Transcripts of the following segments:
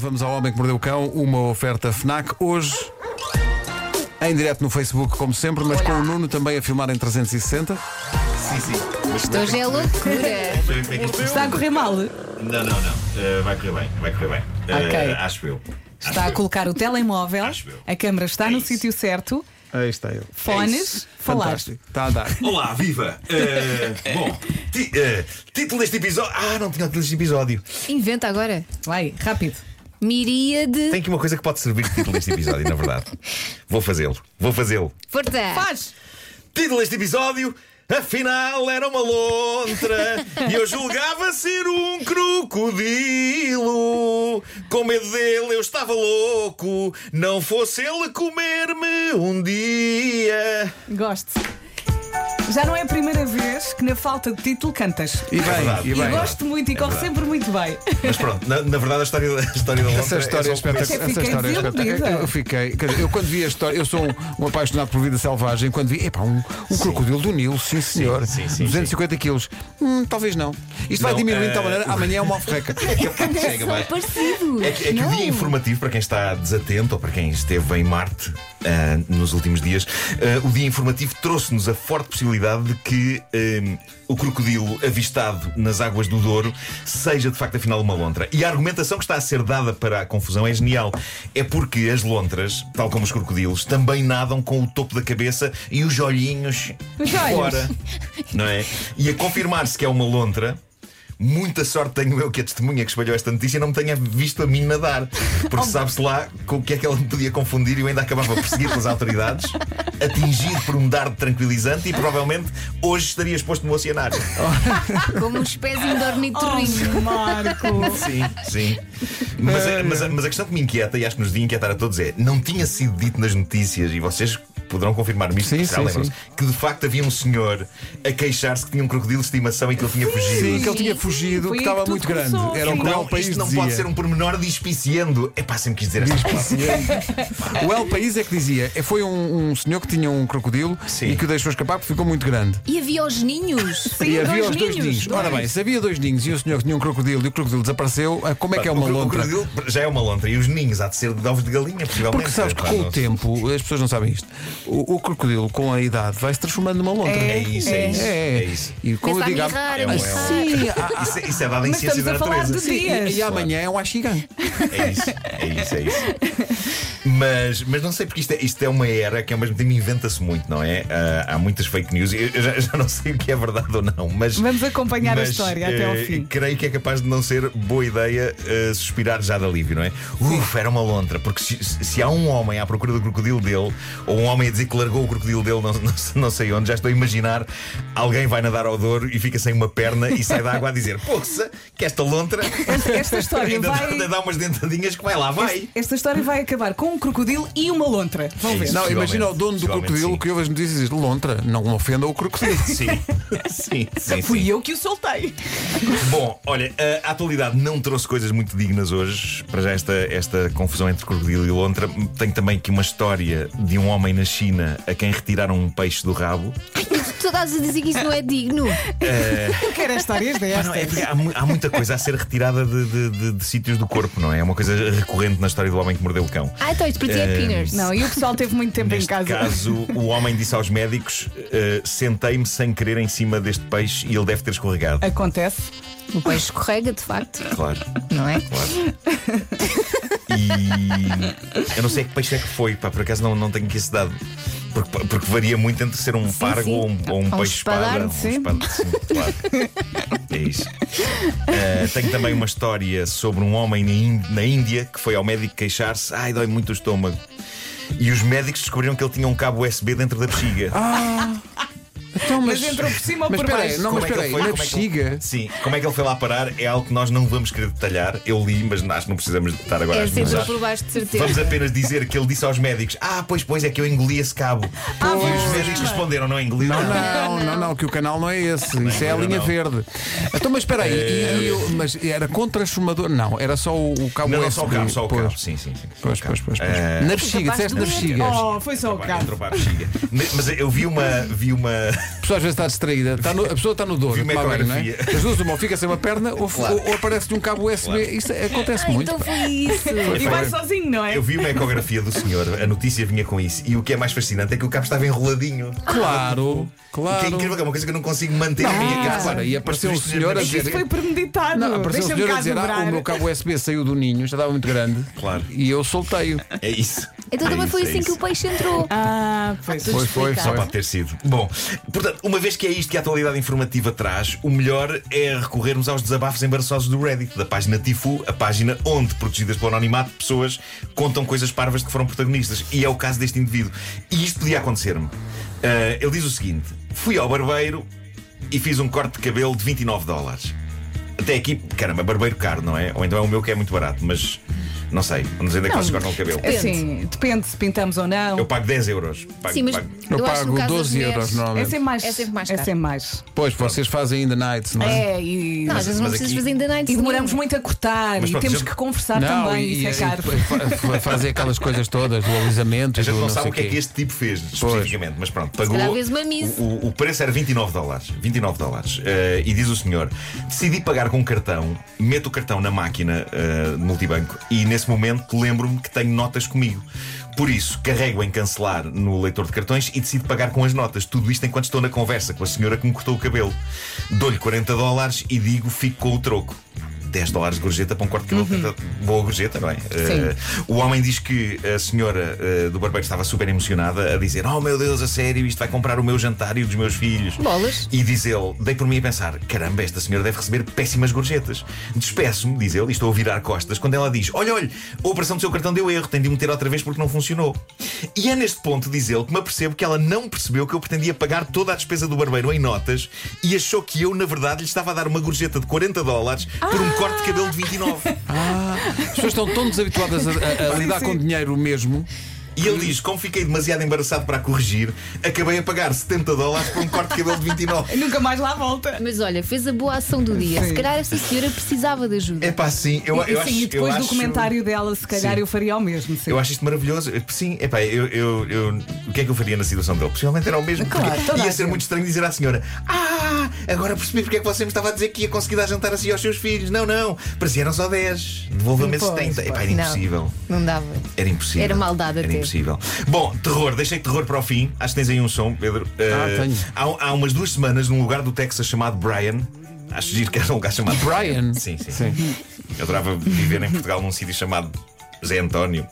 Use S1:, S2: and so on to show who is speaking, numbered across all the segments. S1: Vamos ao Homem que Mordeu o Cão, uma oferta FNAC. Hoje, em direto no Facebook, como sempre, mas com o Nuno também a filmar em 360.
S2: Sim, sim. Mas
S3: Isto hoje é loucura.
S2: Sabe como é que isto-
S4: Está a correr mal.
S2: Não, não, não. Eh, vai correr bem, vai correr bem. Eh,
S4: Ok.
S2: acho eu.
S4: Está a
S2: Acho
S4: colocar o telemóvel,
S2: Acho eu.
S4: a câmara está
S2: É
S4: no
S2: isso. É
S4: sítio certo,
S1: Aí está ele.
S4: fones, falar.
S1: Fantástico. Está Tá a dar.
S2: eu. Olá, viva! Eh, bom, ti- eh, título deste episódio. Ah, não tinha o título deste episódio.
S3: Inventa agora.
S4: Vai, rápido.
S3: Miríade.
S2: Tem aqui uma coisa que pode servir de título deste episódio, na verdade. Vou fazê-lo, vou fazê-lo.
S3: Força.
S4: Faz!
S2: Título deste episódio. Afinal era uma lontra e eu julgava ser um crocodilo. Com medo dele eu estava louco. Não fosse ele comer-me um dia.
S4: Gosto. Já não é a primeira vez que na falta de título cantas.
S1: E
S2: É
S1: bem,
S2: verdade.
S1: e
S4: E
S1: bem.
S4: gosto muito e corre
S2: é verdade.
S4: sempre muito bem.
S2: Mas pronto, na, na verdade a história, da- a história da lontra
S1: Essa história é
S2: é só o começo.
S1: espetacular.
S4: Eu
S1: Essa
S4: fiquei
S1: história é espetacular.
S4: desiludida.
S1: Eu fiquei. quer dizer, eu quando vi a história, eu sou um, um apaixonado por vida selvagem. Quando vi, epá, um, um crocodilo do Nilo, sim senhor.
S2: sim, sim,
S1: 250 quilos. Hum, talvez não. Isto vai
S2: Não,
S1: diminuindo de
S2: eh,
S1: tal maneira, amanhã é uma alforreca.
S2: Chega, vai.
S3: São parecidos.
S2: É que, é que o dia informativo, para quem está desatento ou para quem esteve em Marte ah, nos últimos dias, ah, o dia informativo trouxe-nos a forte possibilidade de que ah, o crocodilo avistado nas águas do Douro seja de facto afinal uma lontra. E a argumentação que está a ser dada para a confusão é genial. É porque as lontras, tal como os crocodilos, também nadam com o topo da cabeça e os olhinhos
S4: Os olhos.
S2: fora. Não é? E a confirmar-se que é uma lontra. Muita sorte tenho eu que a testemunha que espalhou esta notícia não me tenha visto a mim nadar. Porque
S1: Oh.
S2: sabe-se lá com o que é que ela me podia confundir e eu ainda acabava perseguido pelas autoridades, atingido por um dardo tranquilizante e provavelmente hoje estaria exposto no oceanário.
S3: Como um pezinhos de ornitorrinho.
S4: Oh, Marco!
S2: Sim, sim. Mas, a- mas a- mas a questão que me inquieta, e acho que nos devia inquietar a todos, é: não tinha sido dito nas notícias, e vocês poderão confirmar-me isto,
S1: Sim,
S2: porque já
S1: sim,
S2: lembram-se,
S1: sim.
S2: que de facto havia um senhor a queixar-se que tinha um crocodilo de estimação e que ele tinha fugido.
S1: Sim, que ele tinha fugido,
S4: Foi
S1: que
S4: aí
S1: estava
S4: que
S1: muito
S4: tudo
S1: grande.
S4: começou.
S1: Era o cruel
S2: Não,
S1: país.
S2: Então, isto não
S1: dizia.
S2: pode ser um pormenor despiciando. É pá, sempre quis dizer estas palavras.
S1: O El País é que dizia. é, Foi um, um senhor que tinha um crocodilo
S2: Sim.
S1: e que o deixou escapar porque ficou muito grande.
S3: E havia os ninhos.
S1: e
S4: Sim,
S1: havia
S4: dois
S1: os dois
S4: ninhos,
S1: ninhos. Ora
S4: dois.
S1: bem, se havia dois ninhos e o senhor que tinha um crocodilo e o crocodilo desapareceu, ah, como é que é uma
S2: o, cro- o
S1: lontra?
S2: crocodilo já é uma lontra e os ninhos há de ser de ovos de galinha, possivelmente.
S1: Porque sabes que
S2: Epá,
S1: com
S2: não-
S1: o tempo, as pessoas não sabem isto, o, o crocodilo com a idade vai se transformando numa lontra.
S2: É isso, é, isso.
S1: É,
S2: É isso.
S1: E como eu
S3: Começa a
S1: digo, "Ah, há-
S3: mirrar,
S2: é
S3: a
S2: um- é um-
S3: mirrar.
S4: ah,
S1: Ah,
S2: Isso, é- isso é dado em
S4: Mas
S2: ciência
S4: estamos
S2: da
S4: a falar
S2: natureza.
S4: de
S1: e,
S4: dias.
S1: e amanhã é um axigã.
S2: É isso, é isso, é isso. Mas, mas não sei porque isto é, isto é uma era que ao mesmo tempo inventa-se muito, não é? Ah, há muitas fake news, eu eu já, já não sei o que é verdade ou não, mas.
S4: Vamos acompanhar a história até ao
S2: eh,
S4: fim.
S2: Creio que é capaz de não ser boa ideia eh, suspirar já de alívio, não é? Uf, era uma lontra, porque se, se há um homem à procura do crocodilo dele, ou um homem a dizer que largou o crocodilo dele, não, não, não sei onde, já estou a imaginar alguém vai nadar ao Douro e fica sem uma perna e sai da água a dizer: Poxa, que esta lontra
S4: Esta história
S2: ainda, dá-
S4: vai.
S2: ainda dá umas dentadinhas que vai lá, vai.
S4: Esta história vai acabar com um crocodilo e uma lontra. Vão
S2: É
S4: ver.
S2: isso.
S1: Não, imagina o dono do
S2: Possivelmente
S1: crocodilo
S2: sim.
S1: que ouve as notícias e diz: Lontra, não ofenda o crocodilo.
S2: Sim, sim, sim.
S4: Fui
S2: sim.
S4: eu que o soltei.
S2: Bom, olha, a atualidade não trouxe coisas muito dignas hoje. Para já esta, esta confusão entre crocodilo e lontra. Tenho também aqui uma história de um homem na China a quem retiraram um peixe do rabo.
S3: Tu estás a dizer que isso não é digno.
S4: Eu quero as histórias
S2: Ah, não, é
S4: destas.
S2: porque há, mu- há muita coisa a ser retirada de, de- de- de sítios do corpo, não é? É uma coisa recorrente na história do homem que mordeu o cão.
S3: Ah, então isto para ti é
S2: Eh,
S3: pinners.
S4: Não, e o pessoal teve muito tempo em
S2: Neste
S4: casa.
S2: caso, o homem disse aos médicos: eh, sentei-me sem querer em cima deste peixe e ele deve ter escorregado.
S4: Acontece.
S3: O peixe escorrega, de facto.
S2: Claro.
S3: Não é?
S2: Claro. E eu não sei que peixe é que foi, pá, por acaso não, não tenho aqui esse dado. Porque, porque varia muito entre ser um pargo
S3: sim.
S2: ou um, ou um
S3: Ou um
S2: peixe espada.
S3: espadardo,
S2: ou
S3: sim.
S2: espada- sim, claro. É isso. Ah, tenho também uma história sobre um homem na, Ín- na Índia que foi ao médico queixar-se: ai, dói muito o estômago. E os médicos descobriram que ele tinha um cabo USB dentro da bexiga.
S1: Ah, Então,
S4: Mas entrou por cima ou
S1: mas
S4: por
S1: espera aí,
S4: baixo?
S1: Não,
S2: Como
S1: mas
S2: é que
S1: espera aí,
S2: ele foi?
S1: na
S2: Como é que ele-
S1: bexiga.
S2: Sim, como é que ele foi lá parar é algo que nós não vamos querer detalhar. Eu li, mas acho que não precisamos detalhar agora.
S3: É
S2: acho que não
S3: sempre
S2: já.
S3: por baixo, de
S2: Vamos
S3: certeza.
S2: apenas dizer que ele disse aos médicos: Ah, pois, pois, é que eu engoli esse cabo.
S3: Ah,
S2: e os médicos responderam: Não engoli
S1: Não,
S2: nada."
S1: não, não, não, que o canal não é esse. Isso é a
S2: não,
S1: linha
S2: não.
S1: verde. Então, mas espera aí, e- e eu- mas era com transformador? Não, era só o, o cabo
S2: Não, não,
S1: USB.
S2: só o cabo, só o
S1: Pois,
S2: cabo. Sim, sim, sim. só o
S1: Pois,
S2: cabo.
S1: pois, pois. pois.
S2: Eh,
S1: Na bexiga,
S3: capaz
S1: disseste
S3: de
S1: na
S3: doer.
S1: bexiga.
S4: Oh, foi só o
S2: Vai,
S4: caso.
S2: entrou para a bexiga. Mas mas eu vi uma, vi uma,
S1: A pessoa às vezes está distraída. Está no- a pessoa está no dono.
S2: Vi uma
S1: tomar banho, não é?
S2: ecografia.
S1: As duas, uma, ou fica sem uma perna ou,
S2: Claro.
S1: ou- ou aparece-lhe um cabo USB.
S2: Claro.
S1: Isso acontece
S3: Ah,
S1: muito.
S3: então
S1: pá.
S3: foi isso.
S4: E vai sozinho, não é?
S2: Eu vi uma ecografia do senhor, a notícia vinha com isso. E o que é mais fascinante é que o cabo estava enroladinho.
S1: Claro,
S2: O que é
S1: claro.
S2: incrível, que é uma coisa que eu não consigo manter a minha
S1: Ah,
S2: casa.
S1: claro, e apareceu um
S2: Mas tu
S1: senhor a
S2: isto-
S1: dizer.
S4: Isso foi premeditado.
S1: Não, apareceu um
S4: Deixa-me
S1: senhor a
S4: cá
S1: dizer, ah,
S4: dobrar.
S1: o meu cabo USB saiu do ninho, já estava muito grande.
S2: Claro.
S1: E eu soltei-o.
S2: É isso.
S3: Então
S2: É
S3: também
S2: isso,
S3: foi
S2: é
S3: assim
S2: isso.
S3: que o peixe entrou.
S4: Ah, pois.
S3: Tudo
S1: Foi, foi,
S3: explicado.
S2: Só pode ter sido. Bom, portanto, uma vez que é isto que a atualidade informativa traz, o melhor é recorrermos aos desabafos embaraçosos do Reddit, da página Tifu, a página onde, protegidas pelo anonimato, pessoas contam coisas parvas de que foram protagonistas. E é o caso deste indivíduo. E isto podia acontecer-me. Ah, ele diz o seguinte: fui ao barbeiro e fiz um corte de cabelo de 29 dólares. Até aqui, caramba, barbeiro caro, não é? Ou então é o meu que é muito barato, mas não sei. Não sei onde é que vocês cortam o cabelo.
S3: depende.
S4: Assim, depende se pintamos ou não. É
S2: Eu pago 10 euros. Pago-
S3: Ah, Sim, mas
S2: pago.
S1: Eu,
S3: eu acho que no
S1: pago
S3: caso das
S1: 12 euros
S3: mulheres-
S4: É
S1: normalmente.
S4: sempre mais.
S3: É sempre mais
S4: É
S3: caro.
S4: sempre mais.
S1: Pois, vocês fazem ainda nights, não é?
S4: É, e.
S3: Não, às vezes não
S2: mas
S3: precisas
S2: aqui-
S3: fazer ainda nights
S4: E demoramos
S3: nenhum.
S4: muito a cortar
S2: Mas
S4: e
S2: pronto,
S4: temos
S2: gente-
S4: que conversar
S1: Não,
S4: também,
S1: e,
S4: isso é caro.
S1: e fa- fa- fazer aquelas coisas todas, do alisamento
S2: A
S1: e
S2: gente
S1: do
S2: não
S1: não
S2: sabe
S1: sei
S2: o que é que este tipo fez especificamente, mas pronto, pagou.
S3: calhar fez uma missa.
S2: O, o- o preço era 29 dólares. 29 dólares. Eh, e diz o senhor: decidi pagar com um cartão, meto o cartão na máquina eh, de multibanco e nesse momento lembro-me que tenho notas comigo. Por isso, carrego em cancelar no leitor de cartões e decido pagar com as notas. Tudo isto enquanto estou na conversa com a senhora que me cortou o cabelo. Dou-lhe 40 dólares e digo: fico com o troco. 10 dólares de gorjeta para um corte de cabelo.
S3: Uhum.
S2: Boa gorjeta, bem. Eh, o homem diz que a senhora eh, do barbeiro estava super emocionada a dizer: Oh meu Deus, a sério, isto vai comprar o meu jantar e o dos meus filhos.
S3: Bolas.
S2: E diz ele: Dei por mim a pensar: Caramba, esta senhora deve receber péssimas gorjetas. Despeço-me, diz ele, e estou a virar costas quando ela diz: Olha, olha, a operação do seu cartão deu erro, tenho de o meter outra vez porque não funcionou. E é neste ponto, diz ele, que me apercebo que ela não percebeu que eu pretendia pagar toda a despesa do barbeiro em notas e achou que eu, na verdade, lhe estava a dar uma gorjeta de 40 dólares por um corte de cabelo de 29.
S1: Ah, As pessoas estão tão desabituadas a, a- a lidar com dinheiro mesmo.
S2: E ele diz: Como fiquei demasiado embaraçado para a corrigir, acabei a pagar 70 dólares por um corte de cabelo de 29.
S4: Nunca mais lá volta.
S3: Mas olha, fez a boa ação do dia. Se calhar esta senhora precisava de ajuda.
S2: É pá, sim, eu,
S4: e,
S2: eu
S4: sim,
S2: acho
S4: e depois
S2: eu
S4: do
S2: acho-
S4: comentário dela, se calhar
S2: Sim.
S4: eu faria o mesmo. Sim.
S2: Eu acho isto maravilhoso. Sim, epá, eu, eu, eu- o que é que eu faria na situação dele? Possivelmente era o mesmo.
S4: Claro,
S2: porque
S4: toda a
S2: ia ser
S4: gente.
S2: muito estranho dizer à senhora: Ah, agora percebi porque é que você me estava a dizer que ia conseguir dar jantar assim aos seus filhos. Não, não, parecia eram só 10. Devolva-me esses
S4: Pois,
S2: 30. Epá, era
S3: Não.
S2: impossível.
S3: Não dava.
S2: Era impossível.
S3: Era maldade
S2: Era
S3: até.
S2: impossível. Bom, terror, deixei terror para o fim. Acho que tens aí um som, Pedro. Eh,
S1: Ah, tenho.
S2: há, há umas duas semanas, num lugar do Texas chamado Bryan. Acho giro que era um lugar chamado
S1: Brian.
S2: Sim, sim.
S1: Sim.
S2: Eu adorava viver em Portugal num sítio chamado Zé António.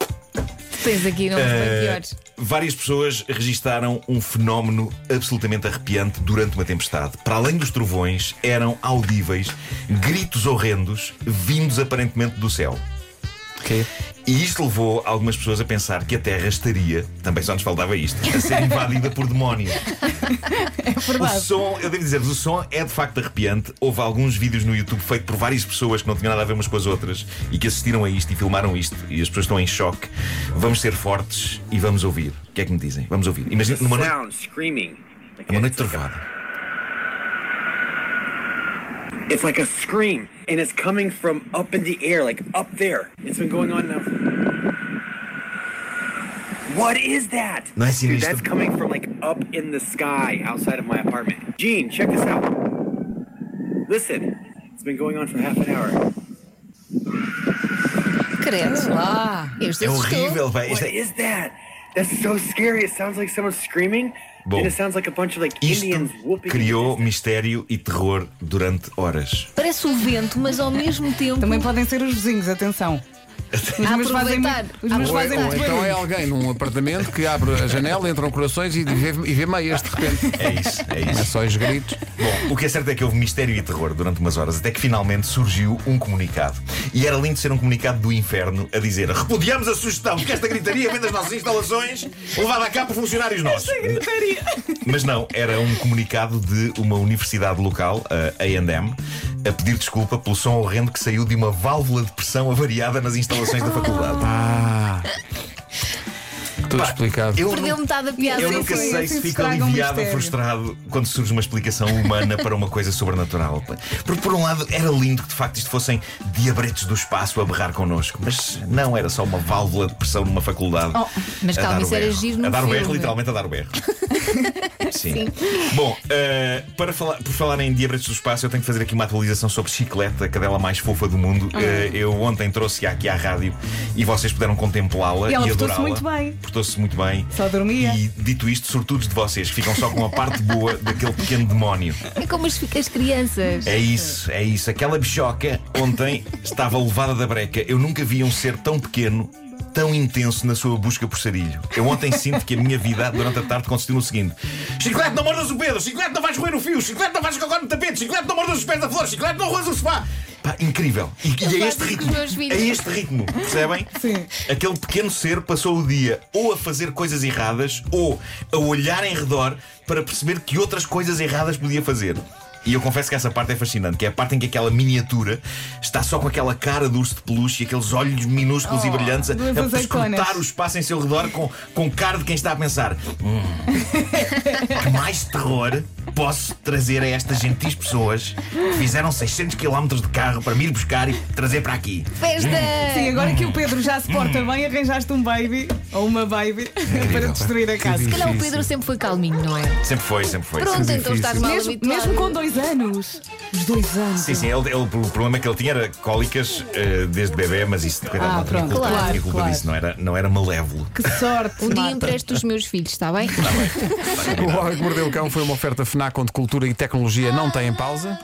S3: Tens aqui, um não foi
S2: Eh,
S3: pior.
S2: várias pessoas registaram um fenómeno absolutamente arrepiante durante uma tempestade. Para além dos trovões, eram audíveis gritos horrendos vindos aparentemente do céu.
S1: Ok.
S2: E isto levou algumas pessoas a pensar que a Terra estaria, também só nos faltava isto, a ser invadida por demónios. O som, eu devo dizer-vos, o som é de facto arrepiante. Houve alguns vídeos no YouTube feitos por várias pessoas que não tinham nada a ver umas com as outras e que assistiram a isto e filmaram isto e as pessoas estão em choque. Vamos ser fortes e vamos ouvir. O que é que me dizem? Vamos ouvir. Imagina numa noite, é
S5: sound screaming. Like
S2: uma
S5: a-
S2: noite travada.
S5: It's like a scream, and it's coming from up in the air, like up there. It's been going on now. What is that?
S2: Nice
S5: Dude,
S2: image.
S5: that's coming from like up in the sky outside of my apartment. Gene, check this out. Listen, it's been going on for half an hour.
S3: Credo lá. Este
S2: É
S3: assustou.
S2: horrível, vai.
S5: What
S2: Isto é-
S5: is that? That's so scary. It sounds like someone screaming,
S2: Bom,
S5: and it sounds like a bunch of like Indians
S2: Isto
S5: whooping.
S2: criou mistério e terror durante horas.
S3: Parece o vento, mas ao mesmo tempo.
S4: Também podem ser os vizinhos, atenção. Os meus fazem
S3: aproveitar.
S4: muito- os meus
S1: Ou, é-
S4: fazem
S1: ou
S4: muito
S1: então é
S4: barulho.
S1: alguém num apartamento que abre a janela, entram corações e vê, e vê meias de repente.
S2: É isso, é isso.
S1: É só os gritos.
S2: Bom, o que é certo é que houve mistério e terror durante umas horas, até que finalmente surgiu um comunicado. E era lindo ser um comunicado do inferno a dizer: repudiamos a sugestão de que esta gritaria vem das nossas instalações, levada a cá por funcionários nossos. Mas não, era um comunicado de uma universidade local, a AM, a pedir desculpa pelo som horrendo que saiu de uma válvula de pressão avariada nas instalações da faculdade.
S3: Ah.
S1: Tudo explicado.
S2: Eu
S3: Perdeu
S2: nu-
S3: metade da piada.
S2: Eu
S4: Sim,
S2: nunca
S4: sim,
S2: sei
S4: assim
S2: se
S4: se
S2: fico
S4: estraga um
S2: aliviado ou
S4: mistério.
S2: frustrado quando surge uma explicação humana para uma coisa sobrenatural. Porque, por um lado, era lindo que de facto isto fossem diabretes do espaço a berrar connosco, mas não era só uma válvula de pressão numa faculdade.
S3: Oh, mas
S2: a
S3: calma,
S2: dar o
S3: isso era
S2: berro.
S3: giro no
S2: A dar o berro,
S3: filme.
S2: literalmente a dar o berro. Sim. Bom, eh, para falar, por falar em diabretes do espaço, eu tenho que fazer aqui uma atualização sobre Chiclete, a cadela mais fofa do mundo.
S3: Ah.
S2: Eh, eu ontem trouxe-a aqui à rádio e vocês puderam contemplá-la
S4: E
S2: e,
S4: ela portou-se
S2: adorá-la.
S4: muito bem.
S2: Portou-se muito bem.
S4: Só dormia.
S2: E dito isto, sortudos de vocês, que ficam só com a parte boa daquele pequeno demónio.
S3: É como as, as crianças.
S2: É isso, é isso. Aquela bichoca ontem estava levada da breca. Eu nunca vi um ser tão pequeno, tão intenso na sua busca por sarilho. Eu ontem sinto que a minha vida durante a tarde consistiu no seguinte: Chiclete, não mordas o Pedro! Chiclete, não vais roer o fio! Chiclete, não vais cagar no tapete! Chiclete, não mordas os pés da flor! Chiclete, não roas o sofá! Pá, incrível! E,
S3: Eu
S2: e é este
S3: faço isso com
S2: ritmo.
S3: os meus filhos.
S2: É este ritmo, percebem?
S4: Sim.
S2: Aquele pequeno ser passou o dia ou a fazer coisas erradas ou a olhar em redor para perceber que outras coisas erradas podia fazer. E eu confesso que essa parte é fascinante, que é a parte em que aquela miniatura está só com aquela cara de urso de peluche e aqueles olhos minúsculos e brilhantes a,
S4: duas
S2: a
S4: azeitonas.
S2: escrutar o espaço em seu redor com, com cara de quem está a pensar. "Hum, que mais terror posso trazer a estas gentis pessoas que fizeram 600 km de carro para me ir buscar e trazer para aqui?
S3: Festa!
S4: Sim, agora
S1: É.
S4: que o Pedro já se porta bem, arranjaste um baby ou uma
S1: É
S4: baby para destruir a casa.
S3: Se calhar o Pedro sempre foi calminho, não é?
S2: Sempre foi, sempre foi.
S3: Pronto,
S1: Isso é
S3: então estás
S1: difícil.
S3: mal
S4: Mesmo,
S3: habituado.
S4: mesmo com dois anos. Os dois anos.
S2: Sim, sim, ele, ele- o problema que ele tinha era cólicas eh, desde bebê, mas isso coitado,
S4: Ah,
S2: não tinha
S4: pronto,
S2: culpa, não
S4: claro,
S2: tinha culpa
S4: claro.
S2: disso, não era, não era malévolo.
S4: Que sorte.
S3: Um dia
S4: Marta.
S3: empresto os meus filhos, está bem?
S1: O Homem que Mordeu o Cão foi uma oferta FNAC onde cultura e tecnologia não têm pausa.